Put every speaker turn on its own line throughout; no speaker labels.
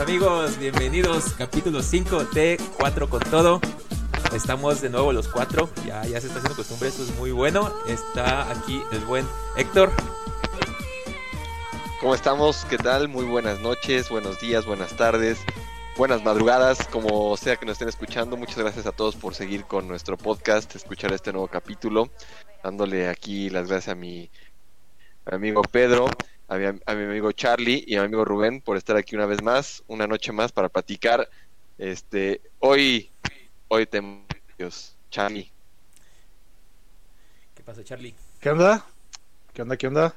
amigos, bienvenidos. Capítulo 5 de 4 con todo. Estamos de nuevo los cuatro. Ya, ya se está haciendo costumbre, esto es muy bueno. Está aquí el buen Héctor.
¿Cómo estamos? ¿Qué tal? Muy buenas noches, buenos días, buenas tardes, buenas madrugadas, como sea que nos estén escuchando. Muchas gracias a todos por seguir con nuestro podcast, escuchar este nuevo capítulo. Dándole aquí las gracias a mi amigo Pedro, a mi, a mi amigo Charlie y a mi amigo Rubén por estar aquí una vez más, una noche más para platicar. Este, hoy, hoy tenemos Charlie.
¿Qué pasa, Charlie?
¿Qué onda? ¿Qué onda? ¿Qué onda?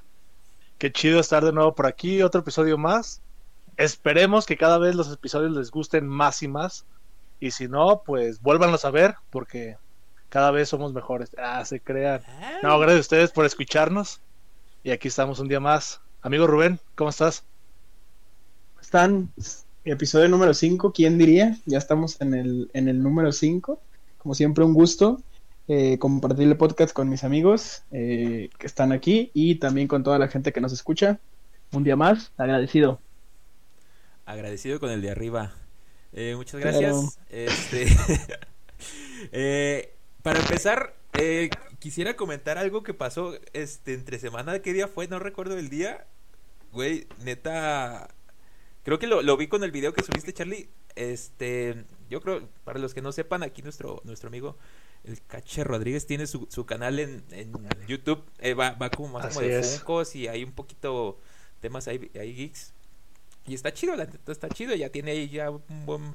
Qué chido estar de nuevo por aquí, otro episodio más. Esperemos que cada vez los episodios les gusten más y más. Y si no, pues vuélvanlos a ver porque cada vez somos mejores. Ah, se crean. No, gracias a ustedes por escucharnos. Y aquí estamos un día más. Amigo Rubén, ¿cómo estás?
están? Episodio número 5, ¿quién diría? Ya estamos en el, en el número 5. Como siempre, un gusto eh, compartir el podcast con mis amigos eh, que están aquí y también con toda la gente que nos escucha. Un día más, agradecido.
Agradecido con el de arriba. Eh, muchas gracias.
Claro.
Este, eh, para empezar, eh, quisiera comentar algo que pasó este entre semana. ¿Qué día fue? No recuerdo el día. Güey, neta. Creo que lo, lo vi con el video que subiste, Charlie. Este, yo creo, para los que no sepan, aquí nuestro, nuestro amigo, el Cache Rodríguez, tiene su, su canal en, en YouTube. Eh, va, va como más como
Así
de
es.
Funkos y hay un poquito temas ahí, ahí geeks. Y está chido, la neta está chido. Ya tiene ahí ya un buen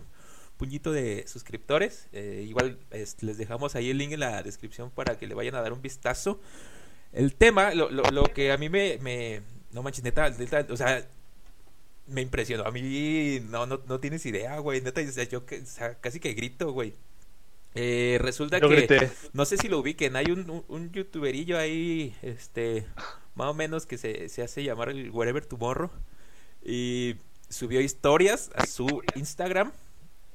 puñito de suscriptores. Eh, igual este, les dejamos ahí el link en la descripción para que le vayan a dar un vistazo. El tema, lo, lo, lo que a mí me, me- No manches, neta, neta, o sea, me impresionó. A mí no, no, no tienes idea, güey. Neta, o sea, yo que- o sea, casi que grito, güey. Eh, resulta
Yo
que...
grité.
No sé si lo ubiquen, hay un, un, un youtuberillo ahí, este, más o menos que se, se hace llamar el Wherever Tomorrow. Y subió historias a su Instagram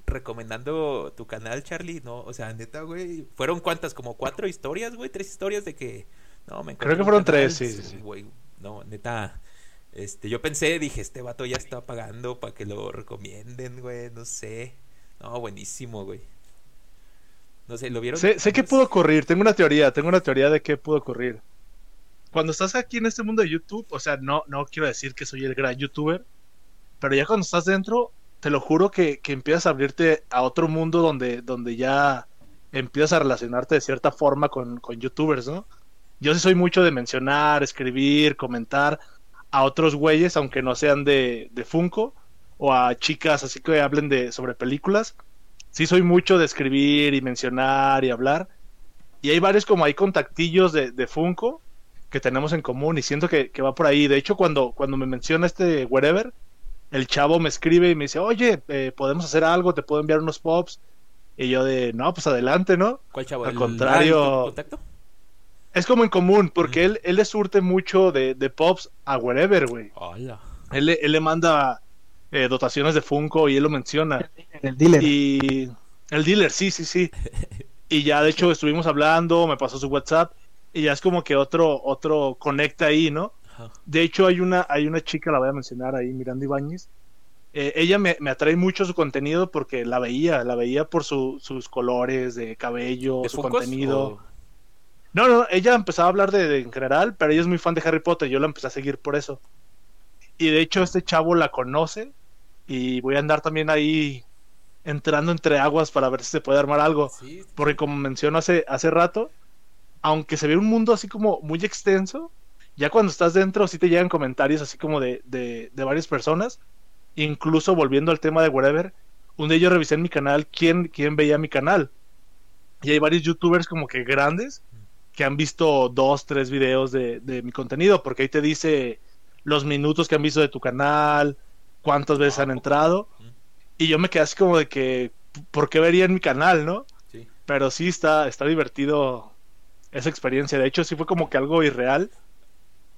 recomendando tu canal, Charlie. No, o sea, neta, güey. ¿Fueron cuántas? ¿Como cuatro historias, güey? ¿Tres historias de que.? No, me encontré
Creo que
un
fueron
canal,
tres, sí, sí, sí.
Güey, no, neta. Este, yo pensé, dije, este vato ya está pagando para que lo recomienden, güey, no sé. No, buenísimo, güey. No sé, ¿lo vieron?
Sé, sé qué pudo ocurrir, tengo una teoría, tengo una teoría de qué pudo ocurrir. Cuando estás aquí en este mundo de YouTube, o sea, no, no quiero decir que soy el gran youtuber, pero ya cuando estás dentro, te lo juro que, que empiezas a abrirte a otro mundo donde, donde ya empiezas a relacionarte de cierta forma con, con youtubers, ¿no? Yo sí soy mucho de mencionar, escribir, comentar a otros güeyes, aunque no sean de, de Funko, o a chicas así que hablen de, sobre películas sí soy mucho de escribir y mencionar y hablar. Y hay varios como hay contactillos de, de Funko que tenemos en común y siento que, que va por ahí. De hecho, cuando, cuando me menciona este wherever, el chavo me escribe y me dice, oye, eh, podemos hacer algo, te puedo enviar unos pops. Y yo de, no, pues adelante, ¿no?
¿Cuál chavo?
Al
¿El-
contrario-
ah, el contacto?
Es como en común, porque
Mm.
él, él le surte mucho de, de pops a wherever, güey.
Hola.
Él, le- él le manda eh, dotaciones de Funko y él lo menciona.
El dealer.
Y el dealer, sí, sí, sí. Y ya de hecho estuvimos hablando, me pasó su WhatsApp y ya es como que otro otro conecta ahí, ¿no?
Ajá.
De hecho hay una hay una chica, la voy a mencionar ahí, Miranda Ibáñez. Eh, ella me, me atrae mucho su contenido porque la veía, la veía por su- sus colores de cabello,
¿De
su
Funkos
contenido.
o-
No, no, ella empezaba a hablar de, de- en general, pero ella es muy fan de Harry Potter, yo la empecé a seguir por eso. Y de hecho este chavo la conoce y voy a andar también ahí entrando entre aguas para ver si se puede armar algo,
Sí,
porque como menciono hace, hace rato, aunque se ve un mundo así como muy extenso, ya cuando estás dentro sí te llegan comentarios así como de, de, de varias personas, incluso volviendo al tema de Wherever, un día yo revisé en mi canal quién, quién veía mi canal. Y hay varios youtubers como que grandes que han visto dos, tres videos de, de mi contenido, porque ahí te dice los minutos que han visto de tu canal, cuántas veces han entrado. Y yo me quedé así como de que, ¿por qué verían mi canal, no?
sí.
Pero sí está, está divertido esa experiencia. De hecho, sí fue como que algo irreal.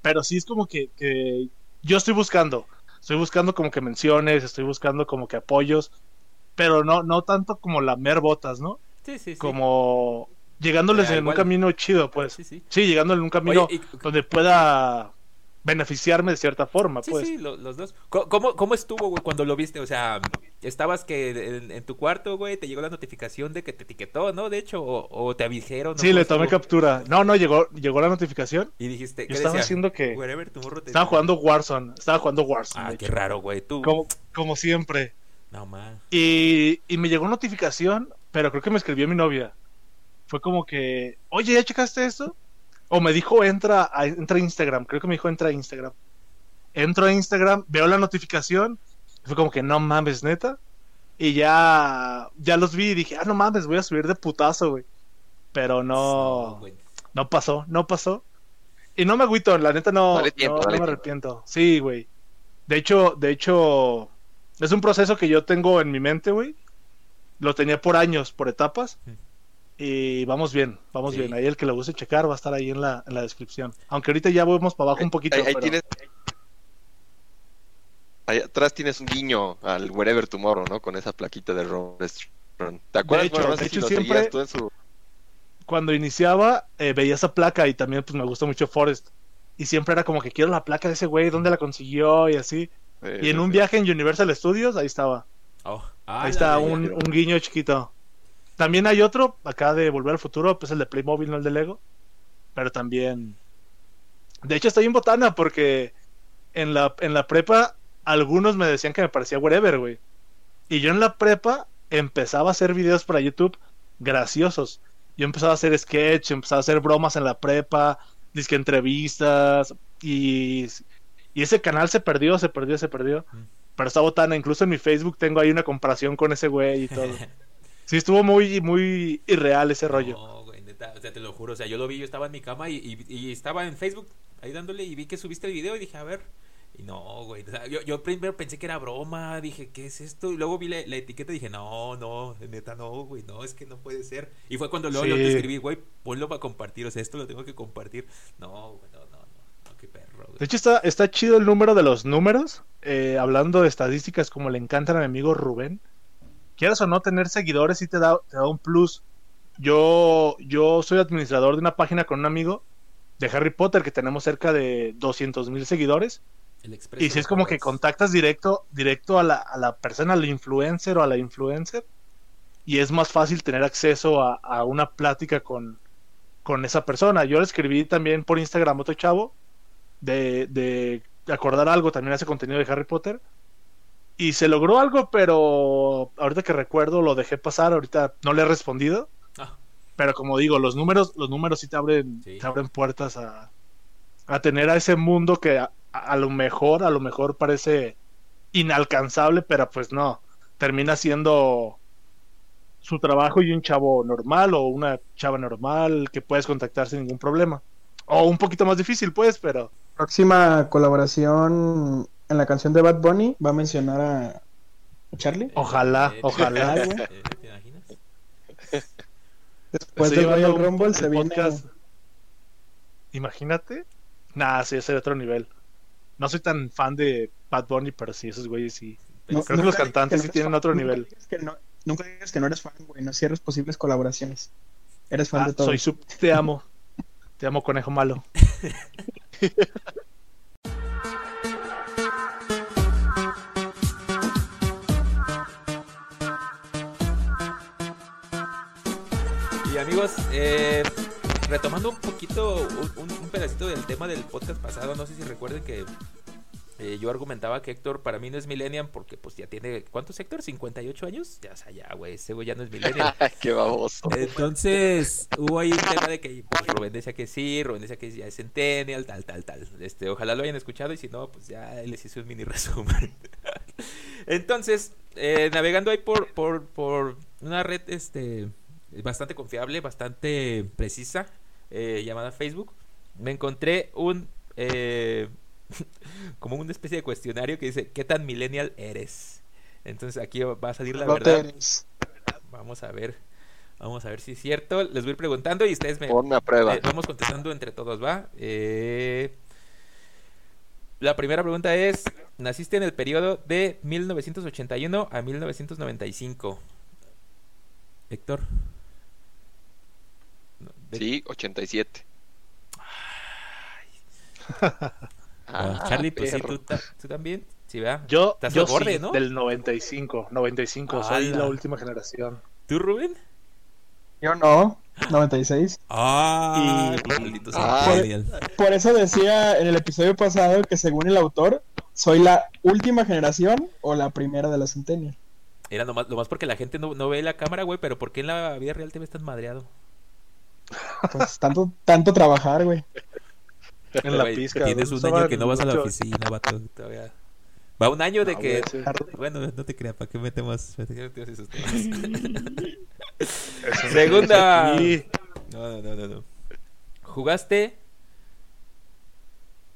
Pero sí es como que, que yo estoy buscando. Estoy buscando como que menciones, estoy buscando como que apoyos. Pero no, no tanto como lamer botas, ¿no?
Sí, sí, sí.
Como llegándoles
Eh,
en
igual.
un camino chido, pues.
Sí, sí.
Sí, llegándole en un camino
Oye, y-
donde pueda beneficiarme de cierta forma,
Sí,
pues.
sí, lo- los dos. Co- ¿Cómo, cómo estuvo, güey, cuando lo viste? O sea, estabas que en, en tu cuarto, güey, te llegó la notificación de que te etiquetó, ¿no? De hecho, o, o te avisaron.
Sí,
o
le
cómo
tomé
estuvo.
captura. No, no, llegó, llegó la notificación.
Y dijiste,
Yo
¿qué
estaba
decía?
haciendo que.
Wherever tomorrow te-
Estaba jugando Warzone. Estaba jugando Warzone.
Ah,
de
qué
hecho.
raro, güey, tú.
como, como siempre.
No, man.
Y, y me llegó notificación, pero creo que me escribió mi novia. Fue como que, oye, ¿ya checaste esto? O me dijo, entra a, entra a Instagram. Creo que me dijo, entra a Instagram. Entro a Instagram, veo la notificación. Fue como que, no mames, neta. Y ya, ya los vi y dije, ah, no mames, voy a subir de putazo, güey. Pero no,
güey.
no pasó, no pasó. Y no me agüito, la neta no,
Dale tiempo,
no- no
dale
me
tiempo.
arrepiento. Sí, güey. De hecho, de hecho, es un proceso que yo tengo en mi mente, güey. Lo tenía por años, por etapas.
Mm.
Y vamos bien, vamos
Sí.
bien. Ahí el que le guste checar va a estar ahí en la, en la descripción. Aunque ahorita ya vamos para abajo un poquito.
Ahí, ahí
pero-
tienes. Ahí atrás tienes un guiño al Wherever Tomorrow, ¿no? Con esa plaquita de Ron Restaurant. ¿Te acuerdas?
hecho,
Bueno, no
de
sé si
hecho,
lo
siempre-
seguías tú en su-
cuando iniciaba, eh, veía esa placa y también pues me gustó mucho Forest. Y siempre era como que quiero la placa de ese güey, ¿dónde la consiguió? Y así.
eh,
Y en
no
un
sé.
viaje en Universal Studios, ahí estaba.
Oh, ah, la
Ahí está
verga.
un,
pero-
un guiño chiquito. También hay otro, acá de Volver al Futuro, pues el de Playmobil, no el de Lego. Pero también. De hecho, estoy en botana porque en la, en la prepa algunos me decían que me parecía wherever, güey. Y yo en la prepa empezaba a hacer videos para YouTube graciosos. Yo empezaba a hacer sketch, empezaba a hacer bromas en la prepa, disque entrevistas. Y, y ese canal se perdió, se perdió, se perdió.
Mm.
Pero está botana, incluso en mi Facebook tengo ahí una comparación con ese güey y todo. Sí, estuvo muy, muy irreal ese rollo.
No, güey, neta, o sea, te lo juro, o sea, yo lo vi, yo estaba en mi cama y, y- y estaba en Facebook ahí dándole y vi que subiste el video y dije, a ver, y no, güey, o sea, yo, yo primero pensé que era broma, dije, ¿qué es esto? Y luego vi la, la etiqueta y dije, no, no, neta, no, güey, no, es que no puede ser. Y fue cuando luego yo
Sí.
te escribí, güey, ponlo para compartir, o sea, esto lo tengo que compartir. No, güey, no, no, no, no, qué perro,
De
güey.
hecho, está, está chido el número de los números. eh, hablando de estadísticas, como le encantan a mi amigo Rubén. Quieras o no tener seguidores, sí te da, te da un plus. Yo, yo soy administrador de una página con un amigo de Harry Potter que tenemos cerca de 200 mil seguidores.
El expreso
Y si
de
es como que
Hogwarts.
contactas directo, directo a la, a la persona, al influencer o a la influencer, y es más fácil tener acceso a, a una plática con, con esa persona. Yo le escribí también por Instagram a otro chavo de, de acordar algo, también hace contenido de Harry Potter. Y se logró algo, pero ahorita que recuerdo lo dejé pasar, ahorita no le he respondido.
Ah,
Pero como digo, los números, los números sí te abren,
Sí.
te abren puertas a, a tener a ese mundo que a, a lo mejor, a lo mejor parece inalcanzable, pero pues no. Termina siendo su trabajo y un chavo normal o una chava normal que puedes contactar sin ningún problema. O un poquito más difícil, pues, pero
Próxima colaboración en la canción de Bad Bunny va a mencionar a, a Charlie.
ojalá,
eh,
ojalá.
eh, ¿Te imaginas?
Después
Estoy
del Royal
llevando un-
Rumble se
el
viene.
podcast. Imagínate. Nah, sí, ese es otro nivel. No soy tan fan de Bad Bunny, pero sí, esos güeyes sí. Creo
No,
que los
nunca digas
cantantes sí
eres
tienen
fan,
otro
nunca
nivel.
digas que no- nunca digas que no eres fan, güey. No cierres posibles colaboraciones. Eres fan
Ah,
de todo.
soy sub. Te amo. Te amo, conejo malo.
Y amigos, eh, retomando un poquito, un, un- un pedacito del tema del podcast pasado, no sé si recuerden que eh, yo argumentaba que Héctor para mí no es millennial porque pues ya tiene, ¿cuántos Héctor? ¿58 años? Ya, o sea, ya, güey, ese güey ya no es millennial.
Ay, qué baboso.
Entonces, hubo ahí un tema de que pues, Rubén decía que sí, Rubén decía que ya es centennial, tal, tal, tal. Este, ojalá lo hayan escuchado y si no, pues ya les hice un mini resumen. Entonces, eh, navegando ahí por, por, por una red este, bastante confiable, bastante precisa, eh, llamada Facebook, me encontré un... eh, como una especie de cuestionario que dice, ¿qué tan millennial eres? Entonces aquí va a salir la
No te
verdad.
eres.
Vamos a ver. Vamos a ver si es cierto. Les voy a ir preguntando y ustedes me.
Ponme a prueba.
eh, vamos contestando entre todos, ¿va? Eh, La primera pregunta es: ¿Naciste en el periodo de 1981 a 1995? Héctor. No, de-
Sí, 87.
Ah, Charlie, pues sí, tú, ta- tú también. Sí, ¿verdad?
Yo,
Estás
yo
al borde,
sí,
¿no?
del 95, 95, soy
¡Hala!
la última generación.
¿Tú, Rubén?
Yo no, 96.
Ah,
Y-
maldito
Ah,
sea.
Por eso decía en el episodio pasado que según el autor, soy la última generación o la primera de la centenia.
Era nomás, nomás porque la gente no, no ve la cámara, güey, pero ¿por qué en la vida real te ves tan madreado?
Pues tanto, tanto trabajar, güey.
En la
Güey,
pizca.
Tienes un año que no vas a la oficina, vato. Todavía. Va un año
Ah,
de que. Bueno, no te creas, ¿para qué metemos, metemos esos temas? Segunda.
Sí,
No, no, no, no, no. ¿Jugaste?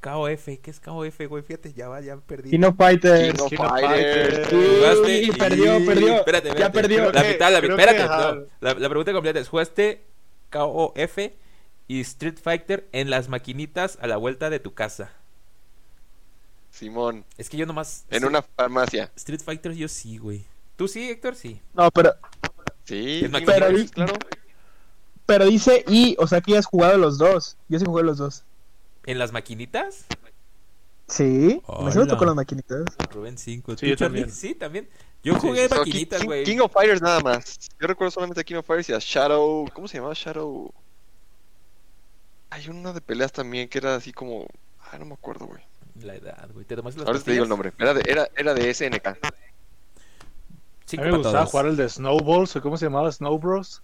KOF, ¿qué es KOF, güey? Fíjate, ya va, ya perdí.
Kino Fighters.
Kino
Kino
Fighters.
Fighters.
¿Jugaste?
Sí, perdió,
Y-
perdió.
Espérate,
Ya
espérate.
perdió.
La
Creo que-
mitad, la
Eh, creo
Espérate,
que, ajá.
no. La, la pregunta completa es: ¿jugaste KOF y Street Fighter en las maquinitas a la vuelta de tu casa?
Simón,
Es que yo nomás.
en una farmacia.
Street Fighter yo sí, güey. ¿Tú sí, Héctor? Sí.
No, pero,
Sí,
Es
Kino
pero-
Fighters, claro.
pero dice y, o sea que ya has jugado los dos. Yo sí jugué los dos.
¿En las maquinitas?
Sí,
Hola.
me solo tocó las maquinitas.
Rubén 5.
Sí, yo también.
Sí, también. Yo
Sí,
jugué
sí,
No, Ki-
maquinitas,
Ki-
güey.
King of Fighters nada más. Yo recuerdo solamente a King of Fighters y a Shadow. ¿Cómo se llamaba Shadow? Hay una de peleas también que era así como. Ah, no me acuerdo, güey.
La edad, güey. Te tomaste las
Ahora te digo
pastillas?
el nombre. Era de, era, era de SNK.
Cinco
a mí me
para
gustaba
todos.
jugar el de Snowballs, o cómo se llamaba, Snow Bros.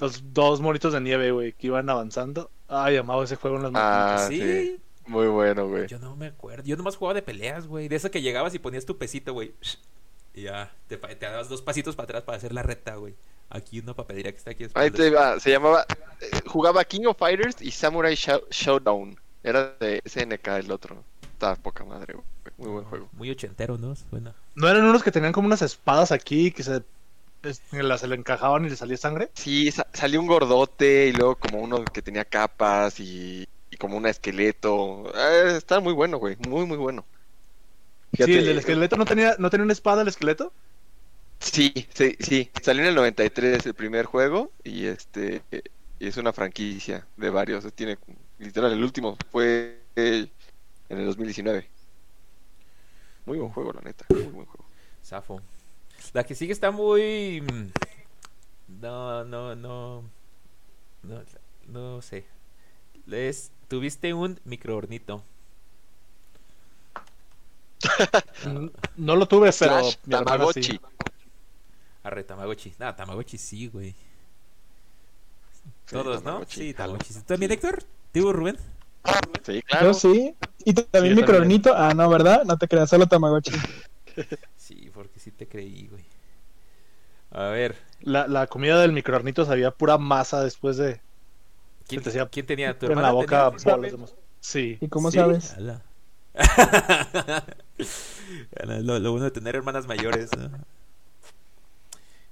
Los dos monitos de nieve, güey, que iban avanzando. Ay, amaba ese juego en las maquinitas.
Ah,
sí,
sí. Muy bueno, güey.
yo no me acuerdo. Yo nomás jugaba de peleas, güey. De esa que llegabas y ponías tu pesito, güey. Y ya, te, pa- te dabas dos pasitos para atrás para hacer la recta, güey. Aquí una papelería que está aquí. después
Ahí
de-
te va, se llamaba. eh, Jugaba King of Fighters y Samurai Show- Showdown. Era de SNK el otro. Estaba poca madre, güey. Muy buen juego.
Muy ochentero, ¿no? Suena.
¿No eran unos que tenían como unas espadas aquí que se es- que las se le encajaban y le salía sangre?
Sí, sa- salió un gordote y luego como uno que tenía capas y, y como un esqueleto. Eh, está muy bueno, güey. Muy, muy bueno.
sí, el del esqueleto no tenía, no tenía una espada el esqueleto.
Sí, sí, sí. Salió en el 93 el primer juego y este eh, y es una franquicia de varios. Tiene literal el último fue eh, en el 2019. Muy buen juego, la neta. Muy buen juego.
Safo. La que sigue está muy. mm, No, no, no. No, no sé. Les tuviste un microornito.
N- No lo tuve, pero
Slash
mi hermana sí.
Tamagotchi.
Arre, Tamagotchi. Nada, Tamagotchi sí, güey.
Sí,
Todos, ¿no?
Tamagotchi.
Sí, Tamagotchi. ¿Tú también, Héctor? ¿Tú, Rubén?
Sí,
Yo
claro.
sí. Y t- también
Sí, yo
mi cronito. Ah, no, ¿verdad? No te creas, solo Tamagotchi.
Sí, porque sí te creí, güey. A ver.
La, la comida del microornito sabía pura masa después de
¿Quién,
Te decía,
quién tenía tu
en la
hermana
boca pues,
tenía-
bolas de masa. Sí.
¿Y cómo
Sí,
sabes?
ala. Ala, lo, lo bueno de tener hermanas mayores, ¿no?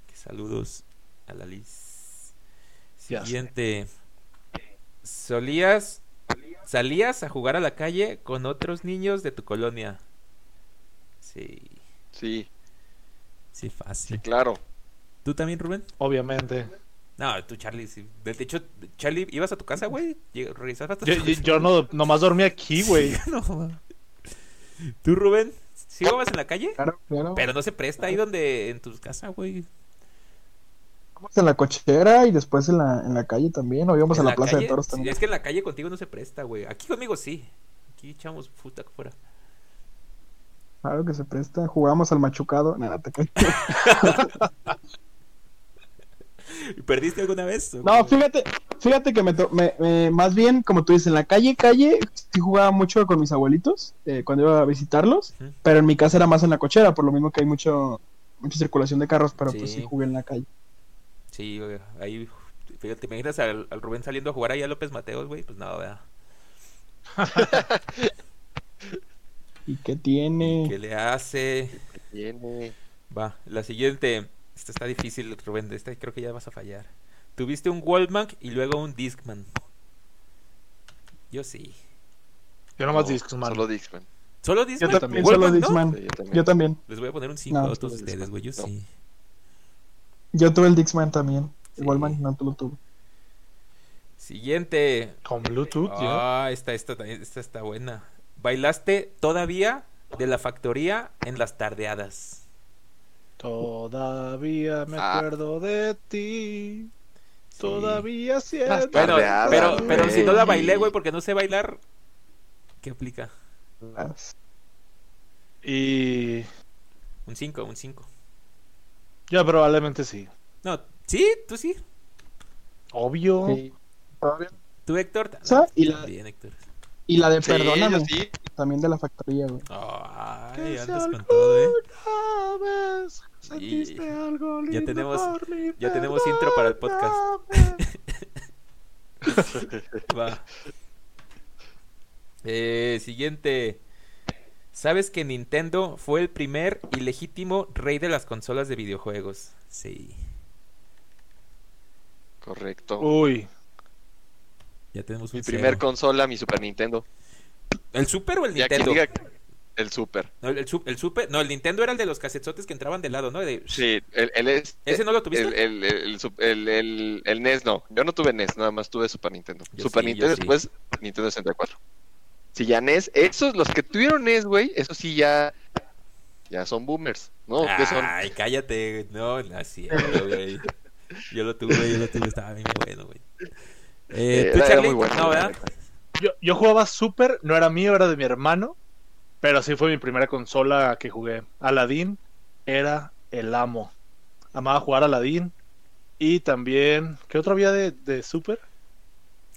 Que saludos a la Liz.
Ya sé.
Siguiente. Solías. Salías a jugar a la calle con otros niños de tu colonia. Sí,
Sí,
sí, fácil.
claro.
¿Tú también, Rubén?
Obviamente.
No, tú, Charlie. sí. De hecho, Charlie, ¿ibas a tu casa, güey? Lleg- ¿Regresabas a tu
Yo, yo, yo no, nomás dormía aquí, güey.
No. ¿Tú, Rubén? ¿Sí jugabas en la calle?
Claro, claro.
Pero no se presta ahí donde en tus casas, güey.
Íbamos en la cochera y después en la, en la calle también. O íbamos a
En
la, plaza
calle,
de toros
sí,
también.
Es que en la calle contigo no se presta, güey. Aquí conmigo sí. Aquí echamos puta fuera.
Claro que se presta. Jugábamos al machucado. Nada, te creas.
¿Y ¿Perdiste alguna vez?
No, fíjate, fíjate que me, to- me- me- más bien, como tú dices, en la calle, calle, sí jugaba mucho con mis abuelitos eh, cuando iba a visitarlos,
Ujú.
pero en mi casa era más en la cochera, por lo mismo que hay mucho mucha circulación de carros, pero pues
Sí.
sí jugué en la calle.
Sí, güey. Ahí, fíjate, ¿te imaginas al, al Rubén saliendo a jugar ahí a López Mateos, güey? Pues nada, ¿verdad?
¿Y qué tiene?
¿Qué le hace?
Tiene.
Va, la siguiente. Esta está difícil, Rubén. Esta creo que ya vas a fallar. Tuviste un Wallman y luego un Discman. Yo sí.
Yo nomás
No,
discos, man.
Solo Dixman.
Solo Discman.
Yo también,
Wallman,
solo
¿no?
Dixman.
Sí, yo también.
Yo también.
Les voy a poner un 5
No,
a todos
solo
ustedes, güey. Yo
Discman.
sí.
Yo tuve el Dixman también.
Sí.
Igual man, no tú lo tuve.
Siguiente.
Con Bluetooth, yo.
Ah, esta, esta, también- esta está buena. Bailaste todavía de la factoría en las tardeadas.
Todavía me
Ah.
acuerdo de ti.
Sí.
Todavía siento.
Bueno,
Tardeadas,
pero, pero si no la
güey.
bailé, güey, porque no sé bailar, ¿qué aplica?
Y.
Un 5, un 5.
Ya, probablemente sí.
No, sí, tú sí.
Obvio.
Sí. Todavía-
Tú, Héctor. ta-
Esa y la-
Bien, Héctor.
Y la de
Sí,
Perdóname,
yo sí.
también de la factoría, güey.
Ay,
Que si
andas con todo, eh.
alguna vez sentiste
Y-
algo
ya
lindo
tenemos-
por mí,
ya tenemos intro para el podcast.
perdóname.
Va. Eh, siguiente. ¿Sabes que Nintendo fue el primer y legítimo rey de las consolas de videojuegos? Sí.
Correcto.
Uy,
Ya tenemos un
Mi primer
cero.
consola, mi Super Nintendo.
¿El Super o el
Ya quien
Nintendo?
diga el Super.
No, el, Sup- el Super. No, el Nintendo era el de los casetzotes que entraban de lado, ¿no? De-
Sí, el, el es-
¿Ese no lo tuviste?
El, el, el, sup- el- el- el NES no. Yo no tuve NES, nada más tuve Super Nintendo.
Yo
Super
sí, yo
Nintendo
sí.
después Nintendo 64. Si ya NES, esos, los que tuvieron NES, güey, esos sí ya, ya son boomers, ¿no?
Ah,
¿Qué son?
Ay, cállate. No, no es cierto, güey. Yo lo tuve, yo lo tuve. Estaba bien bueno, güey. Eh,
Eh,
¿Tú,
era- era muy
Charlie?
bueno,
no,
la
¿verdad?
neta.
yo, yo jugaba Super, no era mío, era de mi hermano, pero sí fue mi primera consola que jugué. Aladdin era el amo. Amaba jugar Aladdin y también, ¿qué otro había de, de Super?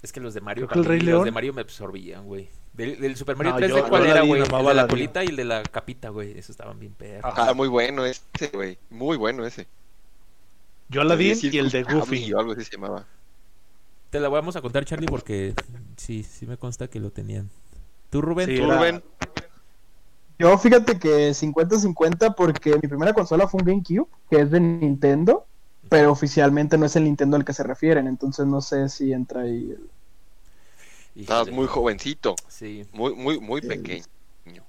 Es que los de Mario,
Creo que el
también,
Rey
los
León.
de Mario me absorbían, güey. Del, del Super Mario
No,
3
yo-
de cuál
yo
era,
Aladdin,
güey. El
amaba
de la
Aladdin.
colita y el de la capita, güey. Esos estaban bien perros.
Ajá.
Ah, muy bueno ese, güey. Muy bueno ese.
Yo Aladdin
Sí,
y el de Goofy.
O algo así se llamaba.
Te la vamos a contar, Charlie, porque sí, sí me consta que lo tenían. ¿Tú, Rubén?
Sí,
Tú-
¿Tú,
Era-
Rubén?
Yo fíjate que 50-50 porque mi primera consola fue un GameCube, que es de Nintendo, pero oficialmente no es el Nintendo al que se refieren, entonces no sé si entra ahí. el-
Estabas
Híjole.
muy jovencito.
Sí.
Muy, muy, muy
Sí.
pequeño.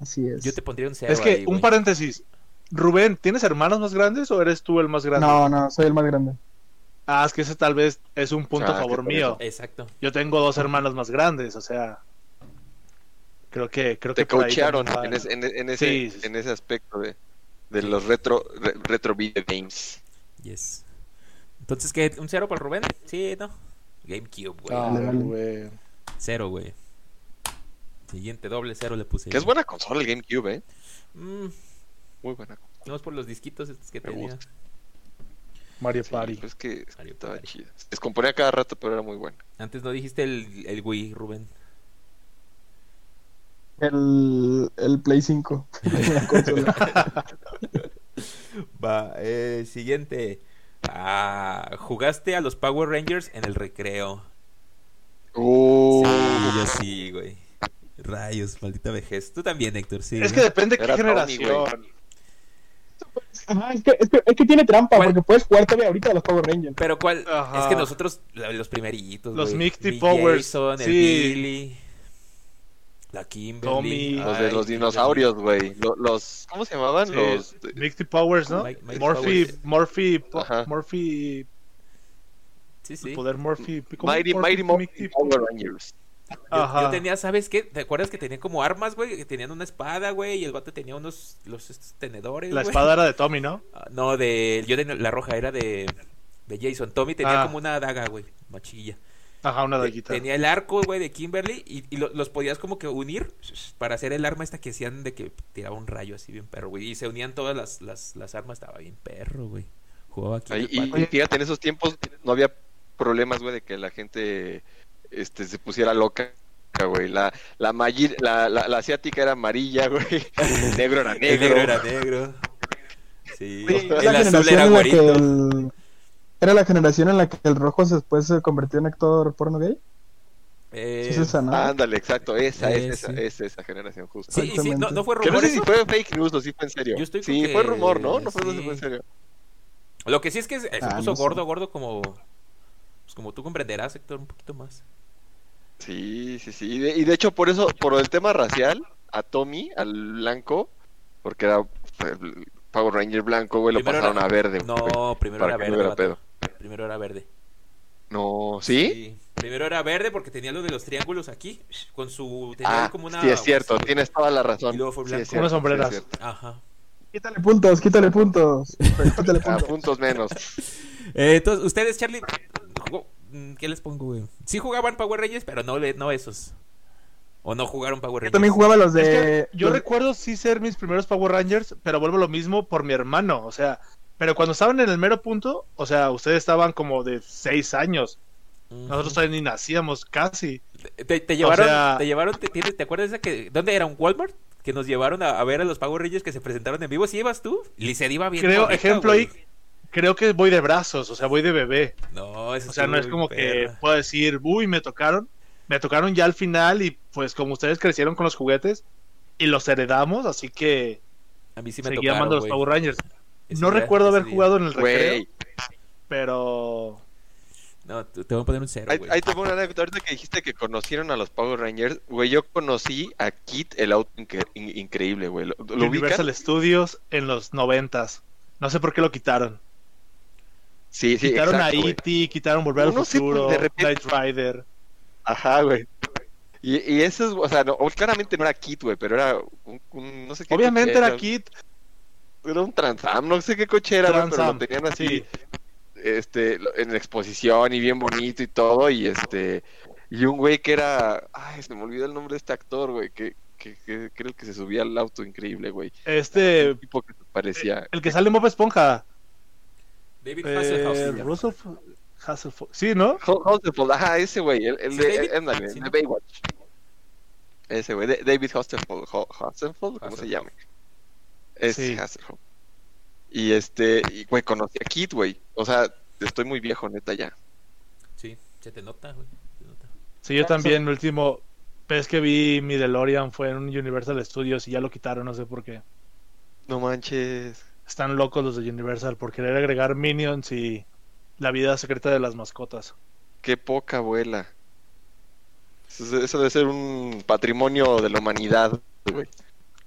Así es.
Yo te pondría un cero
Es que,
ahí,
un
güey.
paréntesis. Rubén, ¿tienes hermanos más grandes o eres tú el más grande?
No, no, soy el más grande.
Ah, es que ese tal vez es un punto
Ah,
a
es que
favor
por
mío.
Exacto.
Yo tengo dos hermanos más grandes, o sea, creo que creo
Te
que por ahí
coachearon eh,
también
en,
va.
ese- en- en ese,
Sí, sí, sí.
en ese aspecto de, de los retro, re- retro video games.
Yes. Entonces, ¿qué? ¿Un cero para el Rubén? Sí, no. GameCube, güey.
Ah,
Dale, dale.
güey.
Cero, güey. Siguiente, doble cero le puse.
Que es buena consola el GameCube, ¿eh?
Mm,
Muy buena.
no es por los disquitos estos que
Me
tenía.
gusta.
Mario
Sí, pues,
Party.
pero es que, es que
Mario
estaba
Party.
chida. Se descomponía cada rato, pero era muy buena.
Antes no dijiste el, el Wii, Rubén.
El, el Play 5. la consola.
Va, eh, siguiente. Ah, jugaste a los Power Rangers en el recreo.
Uh.
Sí, yo sí, güey. Rayos, maldita vejez. Tú también, Héctor, sí.
Es
¿no?
que depende de qué
Era Tony,
generación.
Ajá, es, que, es, que, es que tiene trampa,
¿Cuál?
porque puedes jugar todavía ahorita a los Power Rangers.
Pero cuál.
Ajá.
Es que nosotros, la- los primeritos.
Los
güey.
Mighty
Mi
Powers,
Jason, el
sí.
Billy. La Kimberly.
Tommy.
Ay,
Los de los
Kimberly.
dinosaurios, güey. Lo- Los, este, ¿Cómo se llamaban?
Sí.
Los.
Mighty Powers, ¿no?
Mike- Mike
Morphy,
Powers.
Morphy, po-
Ajá.
Morphy,
Sí, sí.
poder Morphy. ¿cómo?
Mighty,
Morphy,
Mighty Mo- Power Rangers.
Yo,
Ajá.
yo tenía, ¿sabes qué? ¿Te acuerdas que tenía como armas, güey? Que tenían una espada, güey, y el vato tenía unos los estos tenedores,
La
güey.
espada era de Tommy, ¿no?
Ah, No, de yo tenía la roja era de de Jason. Tommy tenía
Ah.
como una daga, güey, machilla.
Ajá, una daguita.
Tenía el arco, güey, de Kimberly y, y lo- los podías como que unir para hacer el arma esta que hacían de que tiraba un rayo así bien perro, güey, y se unían todas las, las, las armas, estaba bien perro, güey. Jugaba aquí en
Ahí,
el patio.
y, y fíjate, en esos tiempos no había problemas, güey, de que la gente este, se pusiera loca, güey. La, la, mayi- la, la, la asiática era amarilla, güey. El negro era negro.
El negro era negro. Sí.
Oye,
el
la
azul
generación
era
en la que
güerito.
el- era la generación en la que el rojo se- después se convirtió en actor porno gay.
Eh,
¿Sí es esa, no?
Ándale, exacto, esa,
Eh,
es, esa,
sí.
es esa generación justo.
sí, sí, no, no fue
Que no
rumor
sé si
eso.
fue fake news o si fue en serio.
Yo estoy con
sí,
que-
fue rumor, ¿no? No fue, no
sí.
fue en serio.
Lo que sí es que eh, se, se
Ah,
puso
no sé.
gordo, gordo como pues como tú comprenderás, Héctor, un poquito más.
Sí, sí, sí. Y de, y de hecho, por eso, por el tema racial, a Tommy, al blanco, porque era fue el Power Ranger blanco, güey, lo
Primero
pasaron
era-
a verde. güey,
No, primero
para
era verde.
que no hubiera
vato.
pedo.
Primero era verde.
No, ¿sí?
Primero era verde porque tenía lo de los triángulos aquí, con su... tenía
Ah, sí, es cierto, tienes toda la razón.
Y luego fue
Sí,
blanco.
es cierto,
Unas sombreras.
sí, es cierto.
Ajá.
Quítale
pues.
puntos, quítale puntos. Quítale
Ah,
puntos.
puntos menos.
Eh, entonces, ustedes, Charlie, jugó- mm, ¿qué les pongo, güey? Sí jugaban Power Rangers, pero no, le- no esos. O no jugaron Power
Yo
Rangers.
también jugaba los
Es
de.
que yo
los-
recuerdo sí ser mis primeros Power Rangers, pero vuelvo a lo mismo por mi hermano, o sea, pero cuando estaban en el mero punto, o sea, ustedes estaban como de seis años,
Ujú.
nosotros todavía ni nacíamos casi.
Te, te llevaron,
sea-
te llevaron, te, tienes- ¿te acuerdas esa que, dónde era? ¿Un Walmart? Que nos llevaron a, a ver a los Power Rangers que se presentaron en vivo. ¿Sí ibas tú? Liced iba bien.
Creo,
morrita,
ejemplo
güey.
ahí, creo que voy de brazos, o sea, voy de bebé,
No, eso
o sea, no es
estuvo
como
bien
que
perra.
puedo decir, uy, me tocaron, me tocaron ya al final y pues como ustedes crecieron con los juguetes y los heredamos, así que
A mí sí me
seguía
tocaron,
amando los
güey.
Power Rangers.
Ese
No
día-
recuerdo
ese
haber
día.
jugado en el recreo,
Güey,
pero
No, te te voy a poner un cero,
ahí,
güey.
ahí te pongo una anécdota. Ahorita que dijiste que conocieron a los Power Rangers, güey, yo conocí a Kit el auto incre- in- increíble, güey. ¿Lo, lo ubicas?
Universal Studios en los noventas. No sé por qué lo quitaron.
Sí, sí,
quitaron
exacto,
a
güey.
E.T., quitaron Volver
No
al
sé, pues,
Futuro,
de repente-
Knight Rider.
Ajá, güey. Y, y eso es, o sea, no, claramente no era Kit, güey, pero era un, un- no sé qué.
Obviamente
coche
era Kit,
Era un Transam, no sé qué coche era, güey,
Trans
pero
Am,
lo tenían así.
sí.
este, lo- en exposición y bien bonito y todo, y este, y un güey que era, ay, se me olvidó el nombre de este actor, güey, que, que, que, que era el que se subía al auto increíble, güey,
Este,
un tipo que se parecía,
el que sale en Bob Esponja.
David Hasselhoff.
Eh, Russell Hasselhoff. Sí, ¿no?
Hol- Hostefeld, ajá, ese güey, el, el
¿Sí,
de, eh,
David?
ándale, el
Sí,
de
¿no?
Baywatch, ese güey, de- David Hostefeld, Hostefeld, ¿cómo se
Hasselhoff.
llama? Es
Sí.
Hasselhoff. Y este, y güey, conocí a Kid, güey, o sea, estoy muy viejo, neta, ya.
Sí, se te nota, güey. se te nota.
Sí, yo también, el último vez que vi mi DeLorean fue en un Universal Studios y ya lo quitaron, no sé por qué.
No manches.
Están locos los de Universal por querer agregar Minions y la vida secreta de las mascotas.
Qué poca abuela. Eso, eso debe ser un patrimonio de la humanidad, güey.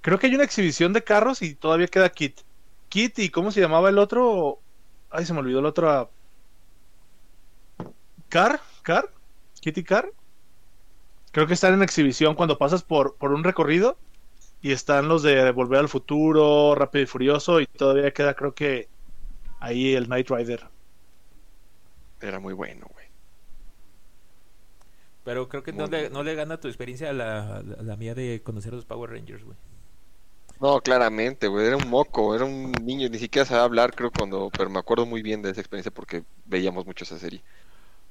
Creo que hay una exhibición de carros y todavía queda Kit. Kit y ¿cómo se llamaba el otro? Ay, se me olvidó el otro. ah. Car, Car, Kitty Car. Creo que están en exhibición cuando pasas por, por un recorrido y están los de Volver al Futuro, Rápido y Furioso y todavía queda creo que ahí el Knight Rider.
Era muy bueno, güey.
Pero creo que no
Muy
le,
bien.
no le gana tu experiencia a la, a la mía de conocer a los Power Rangers, güey.
No, claramente, güey. Era un moco, era un niño, ni siquiera sabía hablar, creo, cuando. Pero me acuerdo muy bien de esa experiencia porque veíamos mucho esa serie.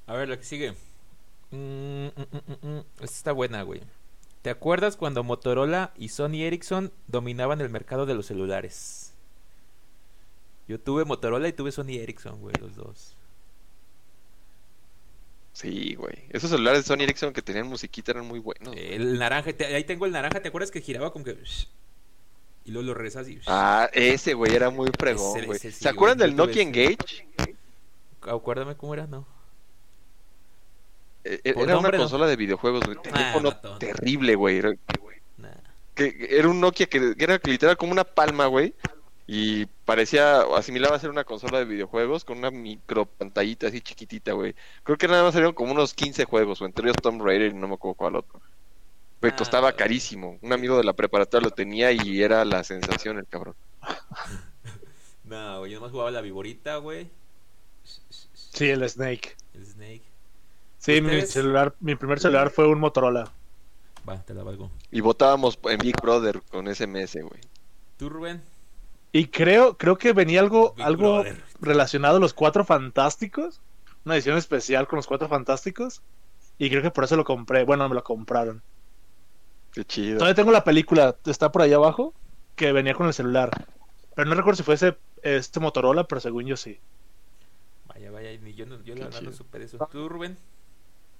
A ver, la que sigue. Mm, mm, mm, mm, mm. Esta está buena, güey. ¿Te acuerdas cuando Motorola y Sony Ericsson dominaban el mercado de los celulares? Yo tuve Motorola y tuve Sony Ericsson, güey, los dos.
Sí, güey. Esos celulares de Sony Ericsson que tenían musiquita eran muy buenos. güey.
El naranja, te- ahí tengo el naranja, ¿te acuerdas que giraba como que... Y luego lo regresas y...
Ah, ese, güey, era muy fregón,
Ese-
güey.
ese sí,
¿Se acuerdan
güey,
del
yo tuve
Nokia
ese.
Engage?
Acuérdame cómo era, ¿no?
Eh, eh,
Por
Era una
nombre, no.
consola de videojuegos, güey. Tenía
Ah,
un fono
matón.
terrible, güey. Era-
Nah.
que que era un Nokia que, que era literal como una palma, güey. Y parecía, asimilaba a ser una consola de videojuegos con una micro pantallita así chiquitita, güey. Creo que nada más salieron como unos 15 juegos, o entre ellos Tomb Raider y no me acuerdo cuál otro. Güey,
Ah,
costaba
güey.
carísimo. Un amigo de la preparatoria lo tenía y era la sensación el cabrón.
No, güey, yo nomás jugaba la viborita, güey.
Sí, el Snake.
El Snake.
Sí, mi
¿Ustedes?
celular, mi primer celular fue un Motorola.
Va, te la valgo.
Y votábamos en Big Brother con SMS, güey.
¿Tú, Rubén?
Y creo, creo que venía algo,
Big
algo
Brother.
relacionado a los cuatro fantásticos. Una edición especial con los cuatro fantásticos. Y creo que por eso lo compré. Bueno, me lo compraron.
Qué chido.
Todavía tengo la película, está por ahí abajo, que venía con el celular. Pero no recuerdo si fuese este Motorola, pero según yo sí.
Vaya, vaya, ni yo, no, yo
Qué
la verdad no
chido.
supe de eso. ¿Tú, Rubén?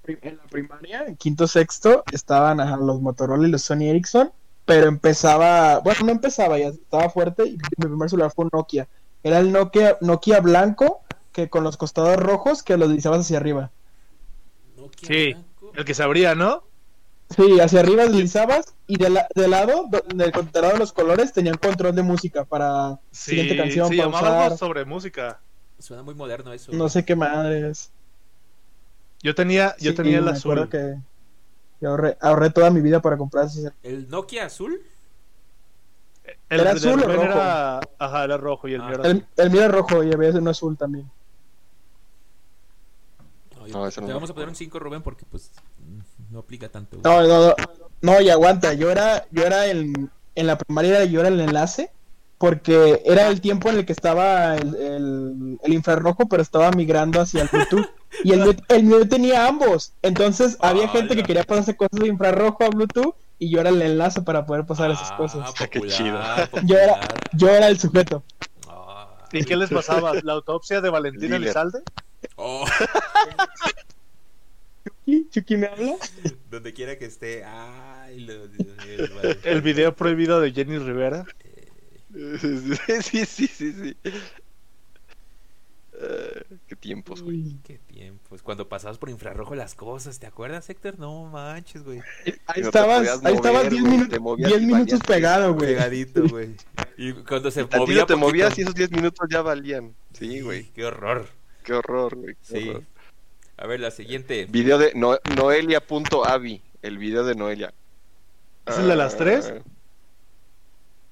En la primaria, en quinto, sexto, estaban ajá, los Motorola y los Sony Ericsson, pero empezaba, bueno, no empezaba, ya estaba fuerte y mi primer celular fue un Nokia. Era el Nokia, Nokia blanco, que con los costados rojos, que los deslizabas hacia arriba.
Nokia
Sí.
blanco.
El que se abría, ¿no?
Sí, hacia arriba deslizabas y de, la- de lado, do- del controlado de los colores, tenían control de música para
Sí,
siguiente canción,
sí llamaba
pausar,
algo sobre música.
Suena muy moderno eso.
no sé qué madres.
Yo tenía, yo
Sí,
tenía el
me acuerdo
azul.
que que ahorré, ahorré toda mi vida para comprar ese celular.
¿El Nokia azul?
El de
¿Era azul o
Rubén
rojo?
era- Ajá, era rojo y el
Ah.
mío era azul.
El, el mío era rojo y había uno azul también.
No,
No, ese
te
no me
vamos a
acuerdo.
poner un 5, Rubén, porque pues mm, no aplica tanto. güey.
No, no, no, no, y aguanta, yo era, yo era el, en la primaria yo era el enlace, porque era el tiempo en el que estaba el, el- el infrarrojo, pero estaba migrando hacia el Bluetooth, y el, mío- el mío tenía ambos, entonces había
Ah,
gente
ya.
que quería pasarse cosas de infrarrojo a Bluetooth, y yo era el enlace para poder pasar esas
Ah,
cosas.
popular,
Qué chido.
popular.
Yo era- Yo era el sujeto.
Ah.
¿Y qué les pasaba? ¿La autopsia de Valentín
Dealer.
Elizalde?
Oh,
¿Y Chucky me habla?
Pues,
donde quiera que esté. Ay, lo- el- vale.
El video prohibido de Jenny Rivera.
sí, sí, sí, sí. Eh, qué tiempos, güey.
Qué tiempos. Cuando pasabas por infrarrojo las cosas, ¿te acuerdas, Héctor? No manches, güey.
no te
Ahí estabas,
podías
ahí estabas
mover,
10
güey,
minu-
te movías
10
y
minutos
valías
pegado, güey.
Pegadito, güey. Y cuando se
Tantito
movía
te
poquito.
movías y esos 10 minutos ya valían. Sí, güey.
Qué horror.
Qué horror, güey. qué
Sí.
horror.
A ver, la siguiente.
Video de no Noelia.avi. El video de Noelia.
¿Es el de las tres?
Ah,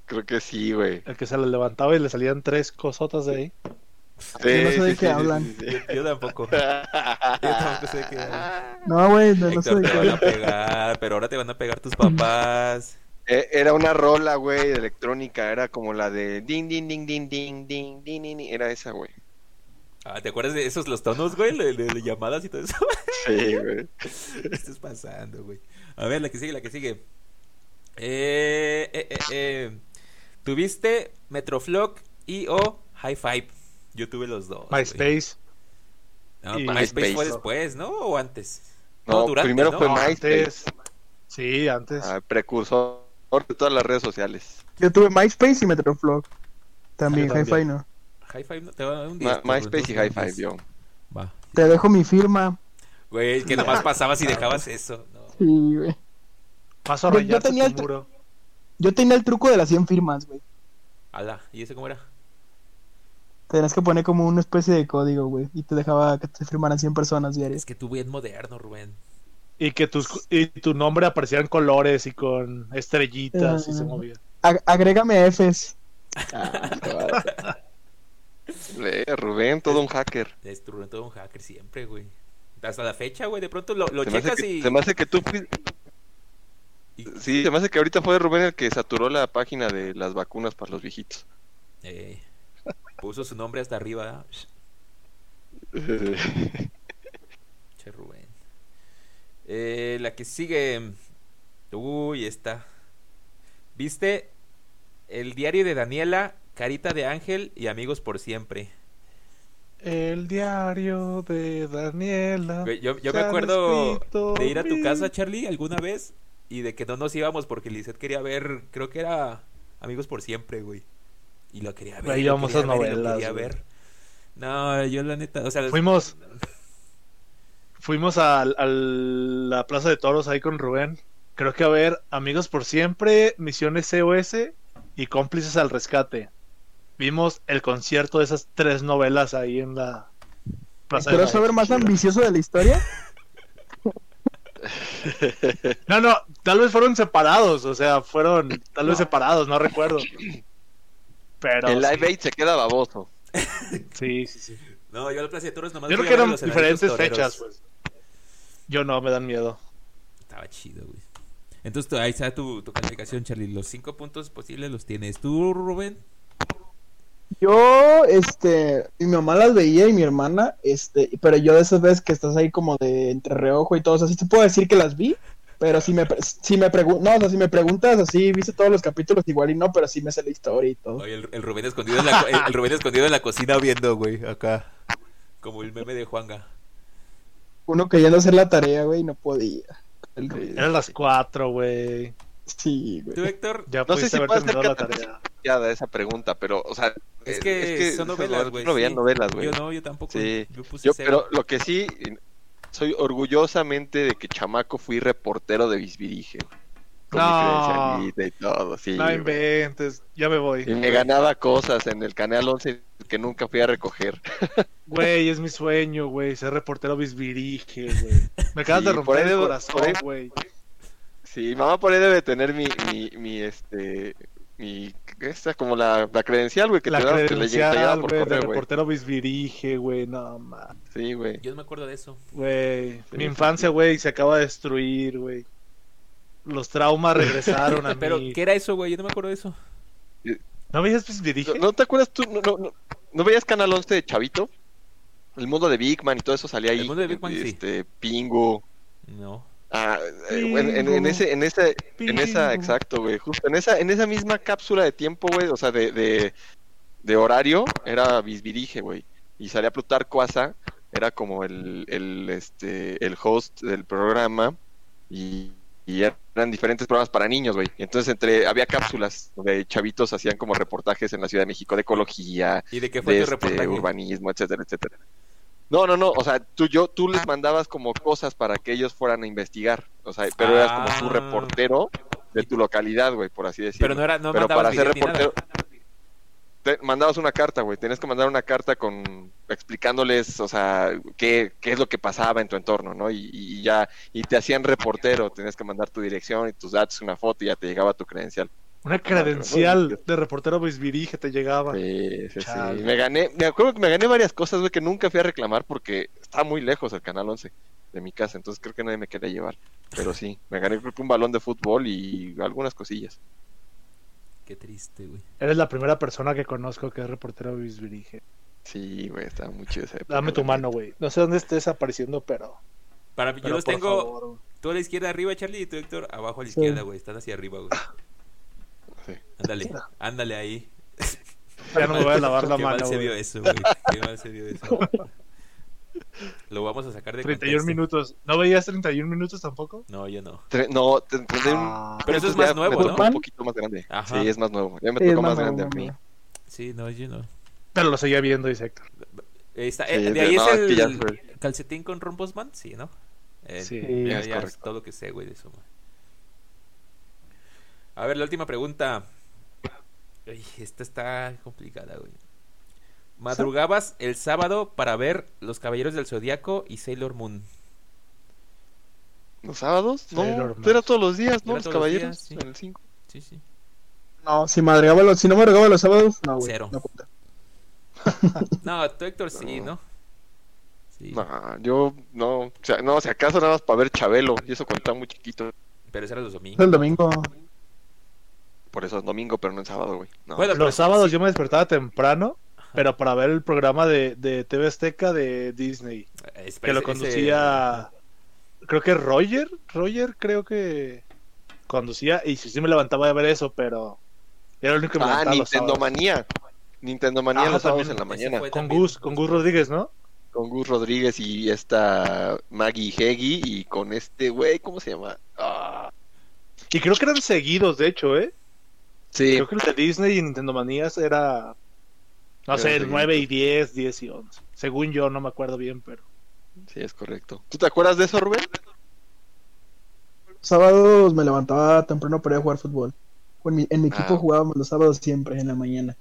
Creo que sí, güey.
El que se le levantaba y le salían tres cosotas de ahí.
Yo no sé
Sí,
de
sí, sí,
qué hablan.
sí, sí, sí.
Yo, yo tampoco. Yo tampoco sé qué.
No, güey, no, no sé
Héctor,
de
te
qué
van
habla.
a pegar, pero ahora te van a pegar tus papás.
Eh, Era una rola, güey, de electrónica. Era como la de ding, ding, ding, ding, ding, ding, ding, ding, ding. Era esa, güey.
Ah, ¿Te acuerdas de esos los tonos, güey? De, de- de llamadas y todo eso.
Sí, güey.
¿Qué estás pasando, güey? A ver, la que sigue, la que sigue. Eh, eh, eh, eh. Tuviste Metroflog y o High Five. Yo tuve los dos. güey.
MySpace.
No,
y-
MySpace fue
MySpace.
después, ¿no? ¿O antes?
No,
durante,
primero
¿no? Ah,
fue
No,
MySpace.
Antes. Sí, antes.
ah, precursor de todas las redes sociales.
Yo tuve MySpace y Metroflog. También,
Yo
hi
también.
fi no.
High Five, no, te va a dar un
Ma-
10,
MySpace
por
y High
dos, un
Five,
10.
yo.
Va.
Te dejo mi firma.
Güey, que nomás pasabas y dejabas eso. No.
Sí, güey.
Paso a
Yo- yo
rayarte
tenía el
tu
tr-
muro.
Yo tenía el truco de las 100 firmas, güey.
Ala, ¿y ese cómo era?
Tenías que poner como una especie de código, güey. Y te dejaba que te firmaran 100 personas diarias.
Es que tú bien moderno, Rubén.
Y que tus, y tu nombre aparecía en colores y con estrellitas y se
Ah.
movía.
Ag- agrégame Fs.
Le- Ah, Rubén, todo un hacker.
Es tu Rubén todo un hacker siempre, güey. Hasta la fecha, güey. De pronto lo, lo
Se me, hace
checas
que,
y.
se me hace que tú fui-
Y-
Sí, se me hace que ahorita fue Rubén el que saturó la página de las vacunas para los viejitos.
Eh, puso su nombre hasta arriba. ¿eh? Che Rubén. Eh, la que sigue. Uy, esta. ¿Viste? El diario de Daniela, Carita de Ángel y Amigos por Siempre.
El diario de Daniela.
Güey, Yo, yo
se
me
han
acuerdo
escrito
de ir a tu
mil-
casa, Charlie, alguna vez y de que no nos íbamos porque Lisette quería ver, creo que era Amigos por Siempre, güey. Y lo quería ver.
Güey,
y lo
íbamos
quería
a
ver, y lo
novelas,
quería
güey.
ver. No, yo la neta, o sea,
Fuimos. Fuimos a, a la Plaza de Toros ahí con Rubén. Creo que a ver, Amigos por Siempre, Misiones COS y Cómplices al Rescate. Vimos el concierto de esas tres novelas ahí en la Plaza de Toros.
¿Quieres saber más ambicioso de la historia?
No, no, tal vez fueron separados, o sea, fueron tal vez
No.
separados, no recuerdo. Pero
el Live
sí,
Aid se queda baboso.
sí, sí, sí.
no, yo a la Plaza de Toros nomás
Yo
fui
creo
a
que
ver
eran
los hermanitos
diferentes
toreros.
fechas, pues. Yo no, me dan miedo.
Estaba chido, güey. Entonces tú- ahí está tu, tu calificación, Charlie. Los cinco puntos posibles los tienes tú, Rubén.
Yo, este, mi mamá las veía y mi hermana, este, pero yo de esas veces que estás ahí como de entre reojo y todo, o sea, sí te puedo decir que las vi, pero si me, pre- si me preguntas, no, o sea, si me preguntas así, viste todos los capítulos igual y no, pero sí me sé la historia y todo.
Oye, el, el Rubén escondido en la, co- el, el Rubén escondido en la cocina viendo, güey, acá. Como el meme de Juanga.
Uno queriendo hacer la tarea, güey, y no podía. El ruido.
Eran las cuatro, güey.
Sí, güey.
Tú, Héctor,
Ya
No sé
pudiste
si
haber
puede ser
terminado la
que-
tarea.
Ya da esa pregunta, pero, o sea.
es
eh,
que,
esas
son novelas, güey.
Yo no veía
sí.
novelas, güey.
Yo no, yo tampoco.
Sí.
Yo puse
Yo,
cero.
pero lo que sí, soy orgullosamente de que chamaco fui reportero de Bisbirige. güey. Con
No.
mi credencialita y todo, sí.
No
güey.
inventes, ya me voy.
y me ganaba cosas en el canal 11 y que nunca fui a recoger.
Güey, es mi sueño, güey. Ser reportero bisbirige, güey. Me acabas
Sí,
de
por
romper
ahí
el
debo- por
corazón,
ahí-
güey.
Sí, mamá por ahí debe tener mi, mi, mi, este, mi, esta, como la, la credencial, güey, que
La
te da, te llega
credencial,
por
güey, de
correo, güey.
reportero bisbirige, güey. No, ma.
Sí, güey.
Yo no me acuerdo de eso.
Güey, mi
sí,
infancia, güey, se acaba de destruir, güey. Los traumas regresaron a
Pero,
mí.
¿qué era eso, güey? Yo no me acuerdo de eso.
¿No me dices bisbirige?
¿No, no te acuerdas tú? No, no, no, ¿no veías Canal 11 de Chavito? El mundo de Big Man y todo eso salía ahí.
El mundo de Big Man, sí.
este, Pingo.
No.
Ah, eh, en, en- en
Pingo.
ese, en ese, en esa,
Pingo.
exacto, güey, justo en esa, en esa misma cápsula de tiempo, güey, o sea, de, de, de horario, era Bisbirige, güey, y salía Plutarco Asa, era como el, el, este, el host del programa, y, y eran diferentes programas para niños, güey, entonces entre, había cápsulas donde chavitos hacían como reportajes en la Ciudad de México de ecología,
¿Y de qué fue
de
tu
este,
reportaje?
urbanismo, etcétera, etcétera. No, no, no, o sea, tú yo tú les mandabas como cosas para que ellos fueran a investigar, o sea, pero eras como
Ah.
su reportero de tu localidad, güey, por así decirlo.
Pero no era, no
Pero
mandabas
para
video
ser
ni nada.
reportero te mandabas una carta, güey, tenías que mandar una carta con explicándoles, o sea, qué, qué es lo que pasaba en tu entorno, ¿no? Y, y ya y te hacían reportero, tenías que mandar tu dirección y tus datos, una foto y ya te llegaba tu credencial.
Una credencial de reportero bisbirige te llegaba.
Sí, sí, sí.
Chale.
Me gané, me acuerdo que me gané varias cosas, güey, que nunca fui a reclamar porque está muy lejos el canal 11 de mi casa, entonces creo que nadie me quería llevar. Pero sí, me gané creo que un balón de fútbol y algunas cosillas.
Qué triste, güey.
Eres la primera persona que conozco que es reportero bisbirige.
Sí, güey, estaba muy chido esa época,
Dame tu
güey.
mano, güey. No sé dónde estés apareciendo, pero.
Para, yo
pero
los
por
tengo
favor, güey.
tú a la izquierda arriba, Charlie, y tú, Héctor, abajo a la
Sí.
izquierda, güey. Están hacia arriba, güey.
Ah,
Sí.
Ándale, ándale ahí.
Ya no me voy a lavar la
Qué
mano.
mal se
güey.
vio eso, güey. Qué mal se vio eso. Lo vamos a sacar de
31
contexto.
minutos. ¿No veías 31 minutos tampoco?
No, yo no.
Tre- no, te- te- te-
Ah.
Pero eso es
ya
más nuevo,
me tocó
¿no?
un poquito más grande.
Ajá.
Sí, es más nuevo. Ya me
Sí,
tocó
es
más
más
grande
nuevo,
a mí.
más
Sí, no, yo no.
Pero lo seguía viendo, dice Héctor.
Eh, está-
Sí,
eh,
es
de
de-
ahí
no,
es
es que ya
el
fue.
calcetín con rombos, man. Sí, ¿no? Eh,
Sí.
Sí.
Ya,
Es
ya es
correcto.
todo lo que sé, güey, de eso, man. A ver, la última pregunta. Ay, esta está complicada, güey. Madrugabas el sábado para ver Los Caballeros del Zodiaco y Sailor Moon.
¿Los sábados? No,
Sailor Moon.
era todos los días, ¿no?
Era
Los
todos los
caballeros
días, sí.
en el 5.
Sí, sí.
No, si, madrugaba los, si no madrugaba los sábados, no, güey.
Cero.
No cuenta.
No, tú, Héctor, sí,
No.
¿no? Sí.
No, yo no, o sea, no, si acaso nada más para ver Chabelo, y eso cuando estaba muy chiquito.
Pero eso era los
Es
domingos.
el domingo.
Por eso es domingo, pero no es sábado, güey. No.
Bueno, pero-
Los sábados yo me despertaba temprano, pero para ver el programa de, de TV Azteca de Disney,
Eh, espera,
que lo
ese-
conducía, creo que Roger, Roger creo que conducía, y sí, sí me levantaba a ver eso, pero era lo único que me
Ah,
levantaba los
Nintendo
sábados.
Manía. Nintendo Manía
Ah,
los sábados
también,
en la
ese
mañana.
fue
Con
también.
Gus, con Gus Rodríguez, ¿no?
Con Gus Rodríguez y esta Maggie Heggie y con este güey, ¿cómo se llama? Ah,
Y creo que eran seguidos, de hecho, ¿eh?
sí,
Creo que el de Disney y Nintendo Manías era, no
Era
sé, el
seguido.
9 y 10, 10 y 11. Según yo, no me acuerdo bien, pero...
sí, es correcto. ¿Tú te acuerdas de eso, Rubén?
Los sábados me levantaba temprano para ir a jugar fútbol. En mi, en mi
Ah.
equipo jugábamos los sábados siempre, en la mañana.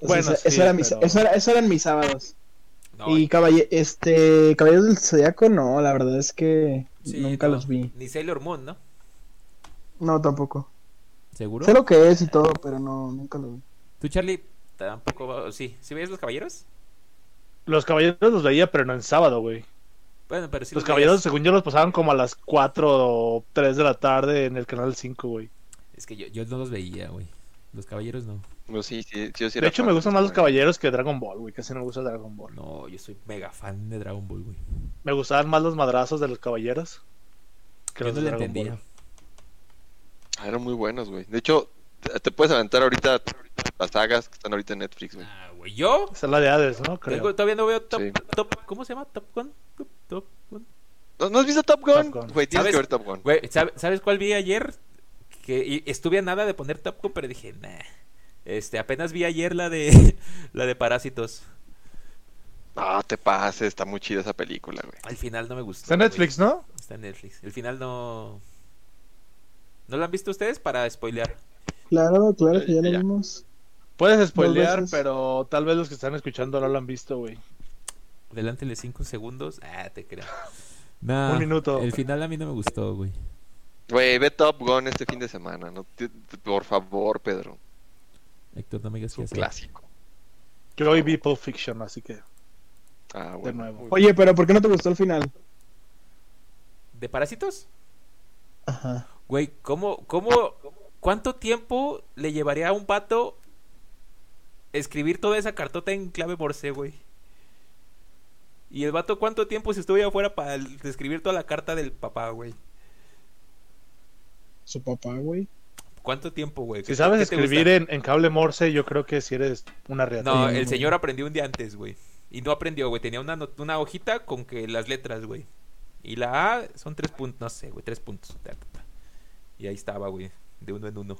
Entonces,
Bueno,
eso,
sí,
era mi-
pero-
eso, era- eso eran mis sábados.
No,
Y caballe, este, Caballeros del Zodiaco, no, la verdad es que
sí,
nunca
no.
los vi.
Ni Sailor Moon, ¿no?
No, tampoco.
¿Seguro?
Sé lo que es y todo, pero no, nunca los vi.
Tú, Charlie, tampoco. va- Sí, ¿sí veías los caballeros?
Los caballeros los veía, pero no en sábado, güey.
Bueno, pero sí
los
los,
caballeros,
veías.
según yo, los pasaban como a las 4 o 3 de la tarde en el canal 5, güey.
Es que yo, yo no los veía, güey. Los caballeros no.
No, sí, sí, yo sí
de
era
hecho,
fan
me
esos
gustan más los
güeyes.
caballeros que Dragon Ball, güey. Casi no me gusta Dragon Ball.
No, yo soy mega fan de Dragon Ball, güey.
Me gustaban más los madrazos de los caballeros que
Yo
los
no
de
lo
Dragon
entendía.
Ball.
Ah, eran muy buenos, güey. De hecho, te- te puedes aventar ahorita las sagas que están ahorita en Netflix, güey.
Ah, güey. Yo
Esa es la de Hades, ¿no? Creo.
tengo- todavía no veo top,
Sí.
top. ¿Cómo se llama? Top Gun. Top, top Gun.
¿No, no has visto Top Gun?
Top Gun.
Güey, tienes
¿Sabes?
que ver Top Gun.
Güey, ¿sabe- ¿sabes cuál vi ayer? Que y estuve a nada de poner Top Gun, pero dije, nah. Este, apenas vi ayer la de la de Parásitos.
No, te pases, está muy chida esa película, güey.
Al final no me gustó.
Está en
güey.
Netflix, ¿no?
Está en Netflix. El final no. ¿No lo han visto ustedes para spoilear?
Claro, claro que ya
Ya.
lo vimos.
Puedes spoilear,
veces.
pero tal vez los que están escuchando no lo han visto, güey.
Adelántele 5 segundos. Ah, te creo. Nah,
Un minuto.
El final a mí no me gustó, güey.
Güey, ve Top Gun este fin de semana. No, te- te- por favor, Pedro.
Héctor, no me digas
Es
que
un
hacer.
clásico.
Yo hoy vi Pulp Fiction, así que
Ah,
de
bueno.
nuevo.
Oye, pero ¿por qué no te gustó el final?
¿De parásitos?
Ajá.
Güey, ¿cómo, cómo, cuánto tiempo le llevaría a un pato escribir toda esa cartota en clave morse, güey? ¿Y el vato cuánto tiempo se estuvo allá afuera para el- escribir toda la carta del papá, güey?
Su papá, güey.
¿Cuánto tiempo, güey?
Si
¿Qué-
sabes
qué te gusta?
escribir en, en cable morse, yo creo que si eres una reata.
No,
Sí,
el
güey.
señor aprendió un día antes, güey. Y no aprendió, güey. Tenía una, not- una hojita con que las letras, güey. Y la A son tres puntos, no sé, güey, tres puntos. Ta, ta, ta. Y ahí estaba, güey, de uno en uno.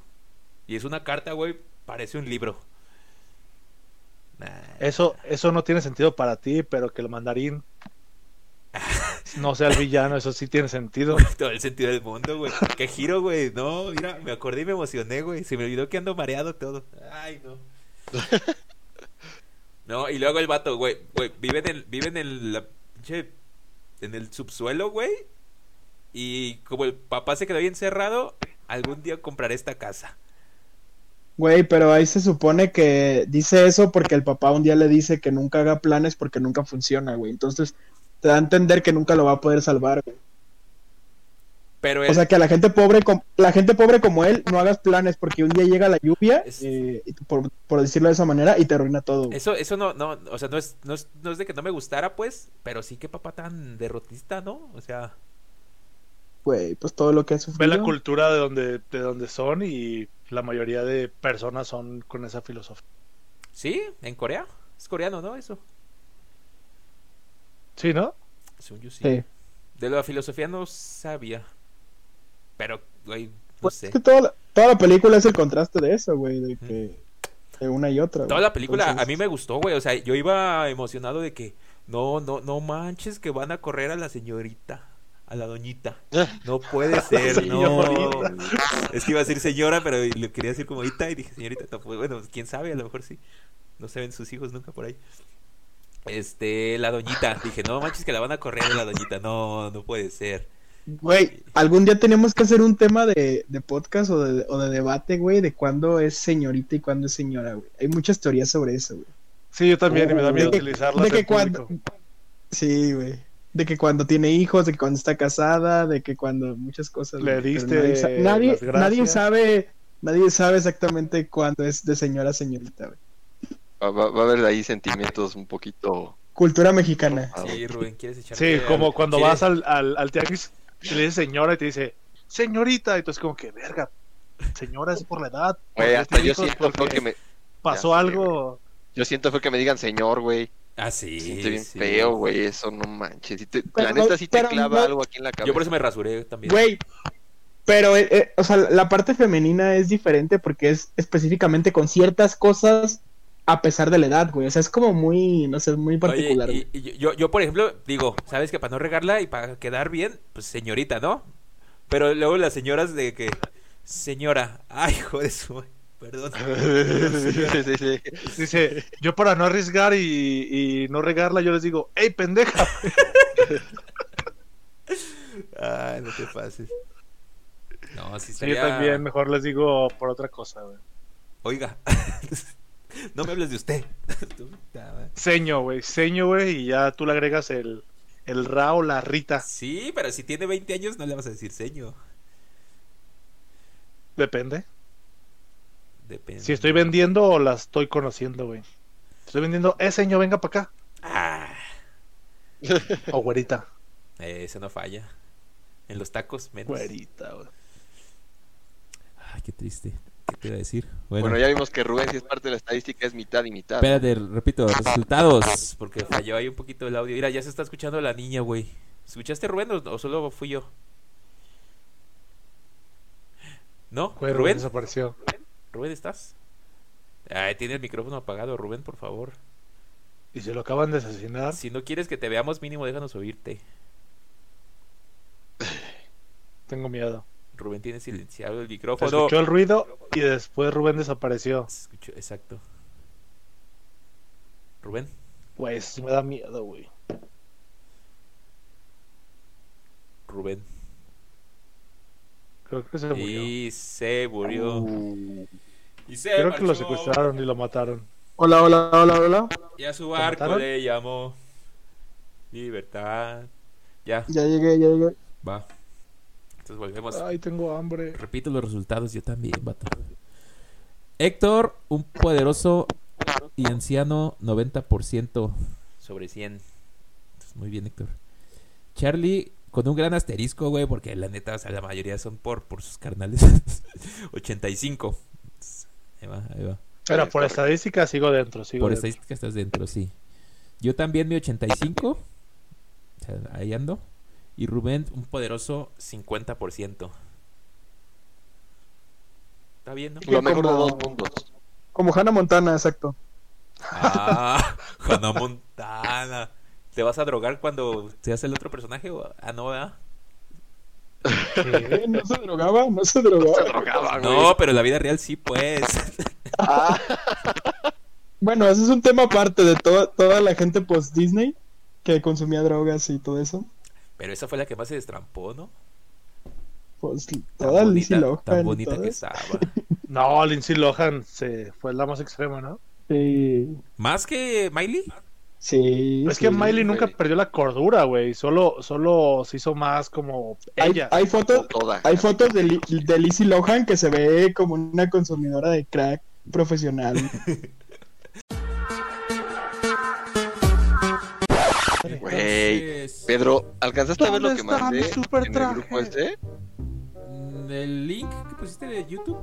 Y es una carta, güey, parece un libro. Nah.
Eso, eso no tiene sentido para ti, pero que el mandarín no sea el villano, eso sí tiene sentido.
Todo el sentido del mundo, güey. Qué giro, güey. No, mira, me acordé y me emocioné, güey. Se me olvidó que ando mareado todo. Ay, no. No, y luego el vato, güey, güey, viven en, viven en la pinche, en el subsuelo, güey. Y como el papá se quedó ahí encerrado, algún día compraré esta casa.
Güey, pero ahí se supone que dice eso porque el papá un día le dice que nunca haga planes porque nunca funciona, güey. Entonces te da a entender que nunca lo va a poder salvar, güey.
Pero
O
él-
sea que a la gente pobre, com- la gente pobre como él, no hagas planes porque un día llega la lluvia,
Es-
eh, y tú- por, por decirlo de esa manera, y te arruina todo. güey.
eso, eso no, no, o sea, no es, no es, no es de que no me gustara, pues, pero sí que papá tan derrotista, ¿no? O sea,
Güey, pues todo lo que ha
Ve la
sufrido.
cultura de donde, de donde son y la mayoría de personas son con esa filosofía.
sí, en Corea, es coreano, ¿no? Eso,
¿Sí, no?
según yo sí.
Sí.
De la filosofía no sabía. Pero, güey, no
Pues
sé.
es que toda la, toda la película es el contraste de eso, güey, de que de una y otra.
Toda
güey.
la película a
Entonces,
mí me gustó, güey. O sea, yo iba emocionado de que no, no, no manches que van a correr a la señorita, a la doñita. No puede ser, no.
Señorita.
Es que iba a decir señora, pero lo quería decir como ahorita y dije señorita. no, pues, bueno, quién sabe, a lo mejor sí. No se ven sus hijos nunca por ahí. Este, la doñita. Dije, no manches que la van a correr a la doñita. No, no puede ser.
Güey, algún día tenemos que hacer un tema de, de podcast o de, o de debate, güey, de cuándo es señorita y cuándo es señora, güey. Hay muchas teorías sobre eso, güey.
Sí, yo también, y me da
Uh, De
miedo
que-
utilizarlas
de que
en
cuando-
público.
Sí, güey. De que cuando tiene hijos, de que cuando está casada, de que cuando muchas cosas.
Le
güey, pero
diste
nadie sa- nadie,
las gracias.
nadie sabe, nadie sabe exactamente cuándo es de señora a señorita, güey.
Va, va- va a haber ahí sentimientos un poquito.
Cultura mexicana.
Ah,
Ah, Sí, Rubén, ¿quieres echar
Sí, como cuando vas al, al, al tianguis y le dices señora y te dice señorita, y tú es como que verga, señora es por la edad.
Güey,
porque
hasta
tiene
yo
hijos,
siento fue
porque
que me,
pasó
Ya sé,
algo.
yo siento fue que me digan señor, güey.
Ah, sí.
Se siente bien
sí.
feo, güey. Eso no manches. Si te-
Pero
la
no-
neta sí te
pero
clava
no-
algo aquí en la cabeza.
Yo por eso me rasuré también.
Güey, pero, eh, eh, o sea, la parte femenina es diferente porque es específicamente con ciertas cosas a pesar de la edad, güey. O sea, es como muy, no sé, muy
Oye,
particular,
y-
güey.
y yo, yo, por ejemplo, digo, ¿sabes que Para no regarla y para quedar bien, pues señorita, ¿no? Pero luego las señoras de que, señora, ay, hijo de su madre, perdón.
Sí, sí, sí.
Dice, yo para no arriesgar y, y no regarla, yo les digo, hey pendeja.
Ay, no te pases. No, sí
Sí, yo
estaría...
también mejor les digo por otra cosa, güey.
Oiga, no me hables de usted. Puta madre.
Seño, güey, seño, güey, y ya tú le agregas el, el ra o la rita,
sí, pero si tiene 20 años no le vas a decir seño.
depende.
Depende.
Si estoy vendiendo o la estoy conociendo, güey. Estoy vendiendo, eh, seño, venga para acá.
Ah,
O güerita.
eh, eso no falla. En los tacos, menos.
Güerita, güey.
Ay, qué triste. ¿Qué te iba a decir?
Bueno, ya vimos que Rubén, si es parte de la estadística, es mitad y mitad.
Espérate, repito, resultados. Porque falló ahí un poquito el audio. Mira, ya se está escuchando la niña, güey. ¿Escuchaste Rubén o, o solo fui yo? ¿No?
Güey, Rubén
¿Rubén?
desapareció.
¿Rubén estás? Ay, tiene el micrófono apagado, Rubén, por favor.
Y se lo acaban de asesinar.
Si no quieres que te veamos, mínimo déjanos oírte.
Tengo miedo.
Rubén tiene silenciado el
Se
micrófono.
escuchó el ruido y después Rubén desapareció.
Se escuchó, exacto. Rubén,
Güey, eso me da miedo, güey.
Rubén.
Creo que se murió.
Y se murió.
Uh,
Y se
Uh, Creo que lo
marchó,
secuestraron y lo mataron.
Hola, hola, hola, hola.
Y a su barco
mataron?
le llamó. Libertad. Ya,
Ya llegué, ya llegué.
va. Entonces volvemos.
Ay, tengo hambre.
Repito los resultados, yo también, vato. Héctor, un poderoso y anciano 90% sobre 100. Entonces, muy bien, Héctor. Charlie, con un gran asterisco, güey, porque la neta, o sea, la mayoría son por, por sus carnales. 85. Ahí va, ahí va.
Pero
Sí,
por
correcto.
estadística sigo dentro, sigo
Eh, Por
dentro.
estadística estás dentro, sí. Yo también mi 85. O sea, ahí ando. Y Rubén un poderoso 50%. Está bien, ¿no?
Lo mejor de
como-
dos mundos.
Como Hannah Montana, exacto.
Ah, Hannah Montana. ¿Te vas a drogar cuando seas el otro personaje? o- Ah, no, ¿verdad?
Sí.
Eh, No se drogaba, no se drogaba.
Se drogaba, Ah, güey.
No, pero en la vida real sí, pues.
Ah,
Bueno, ese es un tema aparte de toda, toda la gente post-Disney que consumía drogas y todo eso.
Pero esa fue la que más se destrampó, ¿no?
Pues
Tan
toda
bonita,
Lindsay Lohan.
tan
y
bonita
todo
que
eso.
estaba.
No, Lindsay Lohan se fue la más extrema, ¿no?
Sí,
¿Más que Miley?
sí.
es
sí.
que Miley nunca
güey.
perdió la cordura, güey. Solo, solo se hizo más como
Hay,
ella.
hay fotos,
toda.
hay fotos de, Li- de Lindsay Lohan que se ve como una consumidora de crack profesional.
Güey.
Entonces,
Pedro, ¿alcanzaste a ver lo
¿Dónde
que
está
mandé
mi
en el
supertraje?
grupo este?
mm, el link que pusiste de YouTube.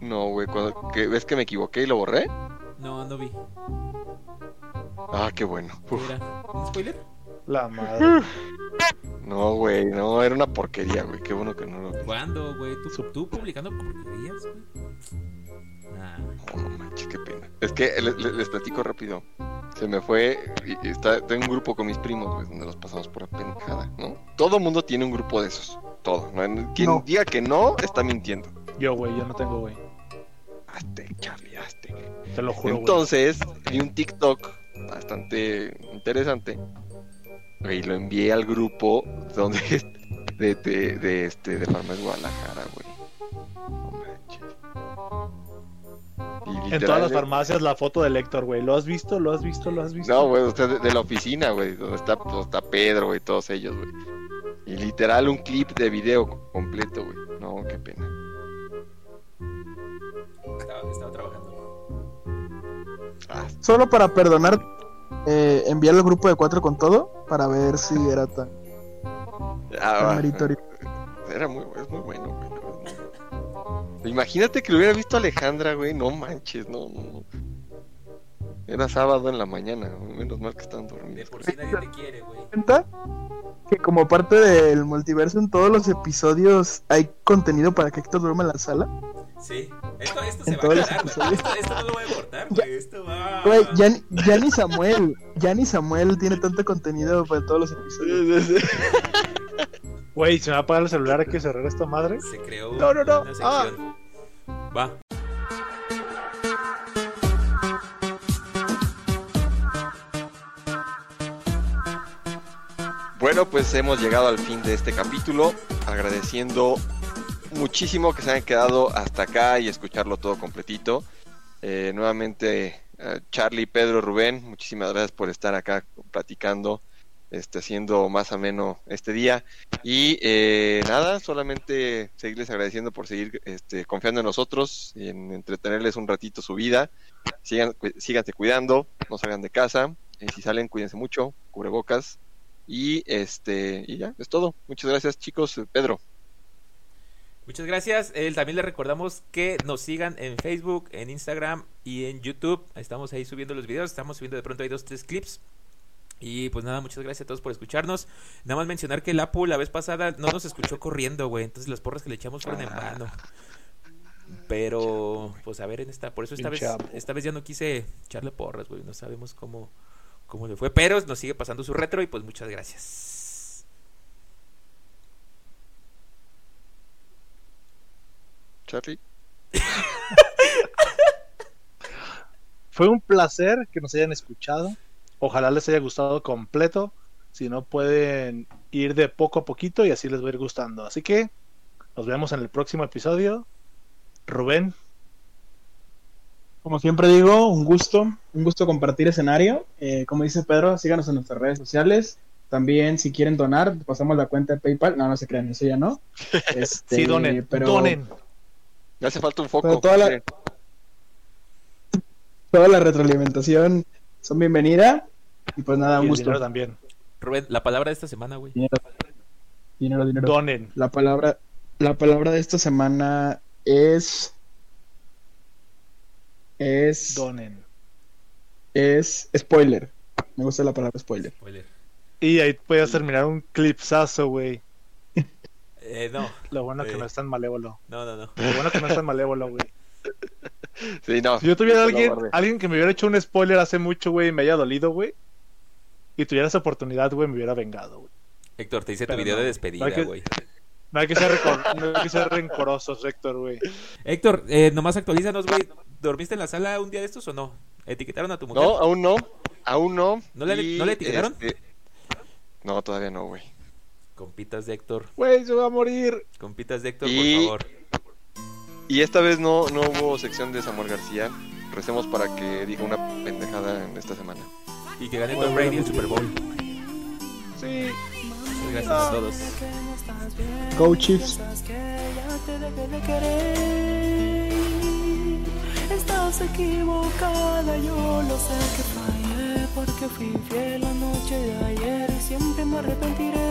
No, güey, cuando... que- ¿ves que me equivoqué y lo borré?
No, no vi.
Ah, qué bueno.
¿Qué
Uf,
era? ¿Un spoiler?
La madre.
no, güey, no, era una porquería, güey. Qué bueno que no lo...
¿Cuándo, güey? ¿Tú,
Sup-
tú publicando porquerías, güey? Ah,
Oh, no manches, qué pena. Es que le- le- les platico rápido. Se me fue. Y y está, tengo un grupo con mis primos, güey, donde los pasamos por la pendejada, ¿no? Todo mundo tiene un grupo de esos. Todo. ¿no? Quien
No.
diga que no, está mintiendo.
Yo, güey, yo no tengo, güey.
Hazte, Charlie, hazte.
Te lo juro, güey.
Entonces, vi un TikTok bastante interesante. Y lo envié al grupo donde este, de, de, de este de Farmacias Guadalajara, güey. No manches. Y
En
literal,
todas las
eh,
farmacias la foto del Héctor, güey. ¿Lo has visto? ¿Lo has visto? ¿Lo has visto?
No, güey, usted de, de la oficina, güey, donde está, donde está Pedro, güey, todos ellos, güey. Y literal un clip de video completo, güey. No, qué pena.
estaba, estaba trabajando.
Ah,
Solo para perdonar, eh, enviar al grupo de cuatro con todo para ver si era tan,
ah,
tan
va.
meritorio.
Era muy, es muy bueno, güey. la verdad, es muy bueno. Imagínate que lo hubiera visto Alejandra, güey. No manches, no, no, no. Era sábado en la mañana, güey, menos mal que están
De
dormidos.
por sí nadie te quiere, güey.
cuenta que como parte del multiverso en todos los episodios hay contenido para que Héctor duerma en la sala.
Sí, esto, esto
En
se va a
todos los
quedar, güey.
episodios.
Esto, esto no lo voy a cortar, güey. Esto va.
Güey, ya, ni- ya ni Samuel, ya ni Samuel tiene tanto contenido para todos los episodios.
Güey, se me va a apagar el celular, hay que cerrar esta madre.
Se creó
No, no, no. Ah.
una sección. Va.
Bueno, pues hemos llegado al fin de este capítulo, agradeciendo muchísimo que se hayan quedado hasta acá y escucharlo todo completito. Eh, nuevamente, eh, Charlie, Pedro, Rubén, muchísimas gracias por estar acá platicando, este, haciendo más ameno este día. Y eh, nada, solamente seguirles agradeciendo por seguir este, confiando en nosotros, en entretenerles un ratito su vida. Sigan, cu- síganse cuidando, no salgan de casa. Y si salen, cuídense mucho, cubrebocas. Y este, y ya, es todo. Muchas gracias, chicos. Pedro,
Muchas gracias. Eh, también les recordamos que nos sigan en Facebook, en Instagram y en YouTube. Estamos ahí subiendo los videos. Estamos subiendo de pronto hay dos, tres clips. Y pues nada, muchas gracias a todos por escucharnos. Nada más mencionar que el Apu la vez pasada no nos escuchó corriendo, güey. Entonces las porras que le echamos fueron en vano. Pero, pues a ver, en esta, por eso esta vez,
Pinche Apu.
esta vez ya no quise echarle porras, güey. No sabemos cómo, cómo le fue. Pero nos sigue pasando su retro y pues muchas gracias.
Charlie.
Fue un placer que nos hayan escuchado. Ojalá les haya gustado completo. Si no, pueden ir de poco a poquito y así les va a ir gustando. Así que nos vemos en el próximo episodio. Rubén,
Como siempre digo, un gusto, un gusto compartir escenario. Eh, como dice Pedro, síganos en nuestras redes sociales. También, si quieren donar, pasamos la cuenta de PayPal. No, no se crean, eso ya no. Este,
sí, donen.
pero-
Donen.
Me hace falta un
Pero
foco.
toda la-
miren.
Toda la retroalimentación son bienvenida. Y pues nada,
Y
un
el
gusto.
dinero también.
Rubén, la palabra de esta semana, güey.
Dinero, dinero, dinero.
Donen.
La palabra, la palabra de esta semana es. Es.
Donen.
Es. Spoiler. Me gusta la palabra spoiler.
Spoiler.
Y ahí puedes terminar un clipsazo, güey.
Eh, no,
Lo bueno que
Sí.
no es tan malévolo.
no, no, no.
Lo bueno que no es tan malévolo, güey.
Sí, no.
Si yo
Te
tuviera
lo
alguien, Ah,
guardé.
alguien que me hubiera hecho un spoiler hace mucho, güey, y me haya dolido, güey. Y tuviera esa oportunidad, güey, me hubiera vengado, güey.
Héctor, te hice tu
Pero
video
no.
de
Hay
despedida,
que-
güey.
No hay que ser, rencor- no hay que ser rencorosos, Héctor, güey.
Héctor, eh, nomás actualízanos, güey. ¿Dormiste en la sala un día de estos o no? ¿Etiquetaron a tu mujer?
No, aún no. Aún no.
¿No le-
Y,
no le etiquetaron?
este, No, todavía no, güey.
Compitas de Héctor,
Güey, yo voy a morir.
compitas de Héctor,
Y-
por favor.
Y esta vez no, no hubo sección de Samuel García. Recemos para que diga una pendejada en esta semana.
Y que gane Tom Brady el Super Bowl.
Sí.
Muchas gracias a todos.
Go Chiefs.
Estás equivocada, yo lo sé que fallé Porque fui infiel la noche de ayer Y siempre me arrepentiré